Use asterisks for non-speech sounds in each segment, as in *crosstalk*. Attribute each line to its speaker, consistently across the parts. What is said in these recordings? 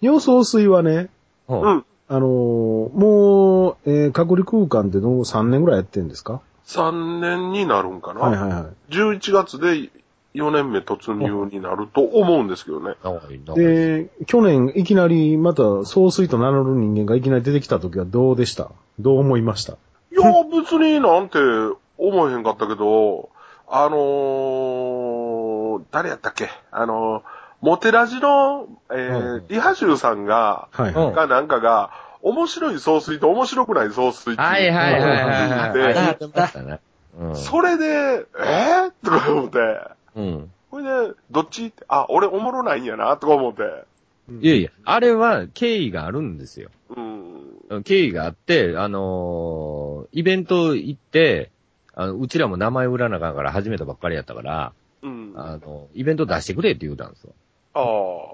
Speaker 1: 尿素水はね、
Speaker 2: うん
Speaker 3: うん。
Speaker 1: あのーもう、えー隔離空間ってどの3年ぐらいやってんですか
Speaker 3: 3年になるんかな、
Speaker 1: はいはいはい。
Speaker 3: 11月で4年目突入になると思うんですけどね。
Speaker 2: 長い長い
Speaker 1: で、去年いきなりまた総帥と名乗る人間がいきなり出てきた時はどうでしたどう思いました
Speaker 3: いや、別になんて思えへんかったけど、あのー、誰やったっけあのー、モテラジの、えー
Speaker 2: うん
Speaker 3: リハシューさんが、
Speaker 1: はい、
Speaker 2: うん
Speaker 3: がなんかが、面白い総水と面白くない総水って
Speaker 2: はいいうはいはいはいはい。
Speaker 3: で
Speaker 2: ありましたね。うん。
Speaker 3: それで、えー、とか思って、
Speaker 2: うん。
Speaker 3: これで、どっちってあ、俺おもろないんやな、とか思って。
Speaker 2: いやいや、あれは経緯があるんですよ。
Speaker 3: うん。
Speaker 2: 経緯があって、あのーイベント行って、あの、うちらも名前売らなあかんから始めたばっかりやったから、
Speaker 3: うん。あ
Speaker 2: あの、イベント出してくれって言うたんですよ。
Speaker 3: あ。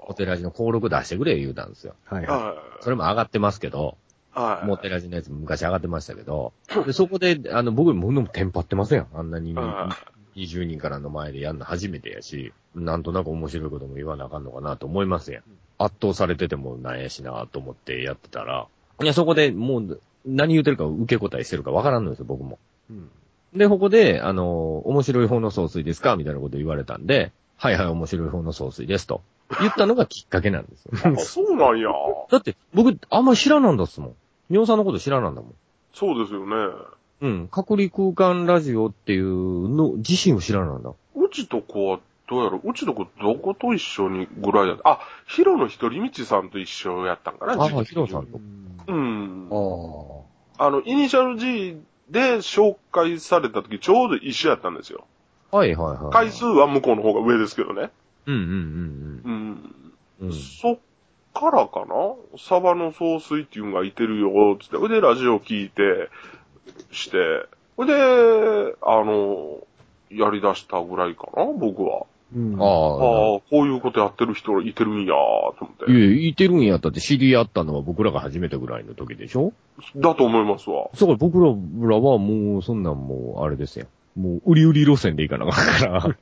Speaker 2: モテラジの登録出してくれ言うたんですよ。
Speaker 1: はいはい。
Speaker 3: は
Speaker 2: それも上がってますけど、
Speaker 3: い。はい。
Speaker 2: モテラジのやつも昔上がってましたけど、でそこで、あの、僕ものもテンパってません。あんなに
Speaker 3: うん
Speaker 2: 20人からの前でやるの初めてやし、なんとなく面白いことも言わなあかんのかなと思いますやん。圧倒されててもなんやしなと思ってやってたら、いや、そこでもう何言うてるか受け答えしてるかわからんのですよ、僕も。
Speaker 1: うん
Speaker 2: で、ここで、あの、面白い方の総帥ですかみたいなこと言われたんで、はいはい、面白い方の総帥ですと。言ったのがきっかけなんですよ。 *laughs*
Speaker 3: あそうなんや。
Speaker 2: だって、僕、あんまり知らなんだっすもん。尿さんのこと知らなんだもん。
Speaker 3: そうですよね。
Speaker 2: うん。隔離空間ラジオっていうの、自身を知らなんだ。
Speaker 3: うちとこは、どうやろううちとこどこと一緒にぐらいやった。あ、ヒロの一人道さんと一緒やったんかな
Speaker 2: あ、ヒロさん。
Speaker 3: 時期
Speaker 2: と。
Speaker 3: うん。
Speaker 2: あ
Speaker 3: あの、イニシャル G で紹介された時ちょうど一緒やったんですよ。
Speaker 2: あ。はいはいはい。
Speaker 3: 回数は向こうの方が上ですけどね。
Speaker 2: うんうん
Speaker 3: うん。
Speaker 2: うんうん。うん。
Speaker 3: そっからかなサバの総帥っていうのがいてるよ、つって。ほいで、ラジオ聞いて、して。ほいで、あの、やり出したぐらいかな僕は。
Speaker 1: うん
Speaker 2: ああ。、
Speaker 3: ああこういうことやってる人いてるんやーと思っ
Speaker 2: い
Speaker 3: て。
Speaker 2: や、いてるんやったって知り合ったのは僕らが初めてぐらいの時でしょ
Speaker 3: だと思いますわ。
Speaker 2: だから僕らはもう、そんなんもう、あれですよ。もう、売り売り路線でいかなあかんから。も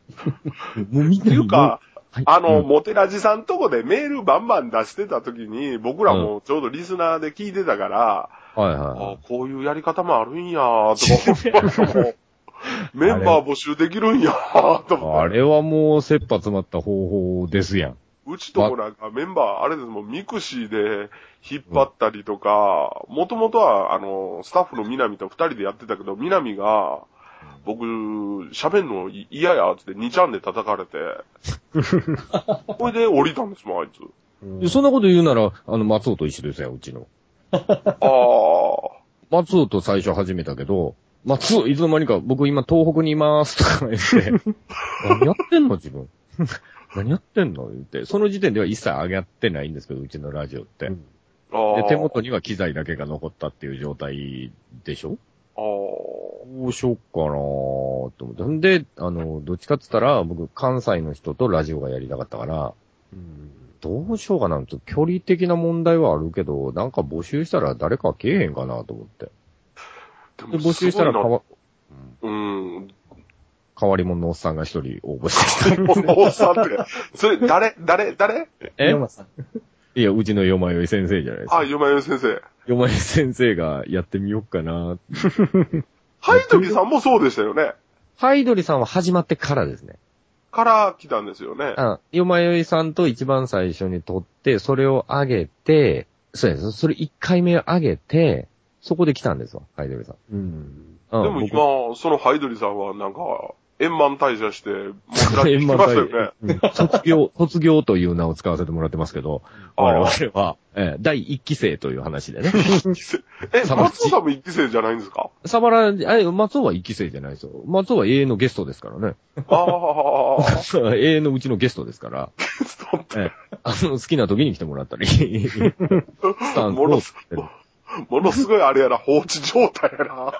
Speaker 2: うみん
Speaker 3: って
Speaker 2: なに
Speaker 3: い
Speaker 2: も
Speaker 3: うか、、
Speaker 2: *laughs* はい
Speaker 3: あの、
Speaker 2: うん
Speaker 3: モテラジさんとこでメールバンバン出してた時に、僕らもちょうどリスナーで聞いてたから、
Speaker 2: はい
Speaker 3: あ
Speaker 2: は
Speaker 3: こういうやり方もあるんやー
Speaker 2: *laughs*
Speaker 3: とか思って、もうメンバー募集できるんやーと
Speaker 2: い。
Speaker 3: 思
Speaker 2: あ
Speaker 3: って。
Speaker 2: れはもう、切羽詰まった方法ですやん。
Speaker 3: うちとこなんかメンバー、あれですもん、ミクシーで引っ張ったりとか、もともとは、あの、スタッフの南と二人でやってたけど、南が、僕、喋んの嫌や、つって2チャンで叩か
Speaker 2: *laughs*
Speaker 3: れて、これで降りたんですもん、あい
Speaker 2: *laughs*
Speaker 3: つ。
Speaker 1: うん
Speaker 2: でそんなこと言うなら、あの、松尾と一緒ですよ、うちの。
Speaker 3: ああ。
Speaker 2: 松尾と最初始めたけど、松尾、いつの間にか、僕今東北にいますとか言
Speaker 3: *laughs*
Speaker 2: って、何やってんの自分。 *laughs* 何やってんの言って、その時点では一切上がってないんですけど、うちのラジオって。
Speaker 1: うん
Speaker 3: あ
Speaker 2: で
Speaker 3: あ。
Speaker 2: 手元には機材だけが残ったっていう状態でしょ
Speaker 3: ああ。
Speaker 2: どうしよっかなーと思って。んで、あの、どっちかって言ったら、僕、関西の人とラジオがやりたかったから、どうしようかな。ちょっと距離的な問題はあるけど、なんか募集したら誰か来えへんかなと思って。で、募集したら
Speaker 3: すご
Speaker 2: 変
Speaker 3: いな
Speaker 2: わ、
Speaker 3: うん。 *laughs*
Speaker 2: 変わり者のおっさんが一人応募してき
Speaker 3: このおっさんって、それ、誰誰
Speaker 2: た。
Speaker 3: 誰
Speaker 4: え
Speaker 2: え
Speaker 4: さん。
Speaker 2: *laughs* いや、うちのよまよい先生じゃないです
Speaker 3: あ、
Speaker 2: か。
Speaker 3: ゆまゆ先生。
Speaker 2: よまよい先生がやってみようかな。
Speaker 3: ハイドリさんもそうでしたよね。
Speaker 2: ハイドリさんは始まってからですね。
Speaker 3: から来たんですよね。
Speaker 2: あ、よまよいさんと一番最初に撮って、それを上げて、そうです。それ一回目上げて、そこで来たんですよ、ハイドリさん。
Speaker 1: うん
Speaker 2: うん、
Speaker 3: でも
Speaker 2: 僕
Speaker 3: 今、そのハイドリさんはなんか、円満退社して、もう
Speaker 2: *laughs*
Speaker 3: てきてましたよね。
Speaker 2: 卒業、 *laughs* 卒業という名を使わせてもらってますけど、
Speaker 3: あ
Speaker 2: 我々
Speaker 3: あ
Speaker 2: は、えー第一期生という話でね。
Speaker 3: え、
Speaker 2: サバ
Speaker 3: 松尾さんも一期生じゃないんですか
Speaker 2: サバラ、あれ松尾は一期生じゃないですよ。松尾は永遠のゲストですからね。
Speaker 3: ああ。
Speaker 2: 永遠のうちのゲストですから、えーあの、好きな時に来てもらったり、スタンス
Speaker 3: もの
Speaker 2: を
Speaker 3: すものすごいあれやな、放置状態やな。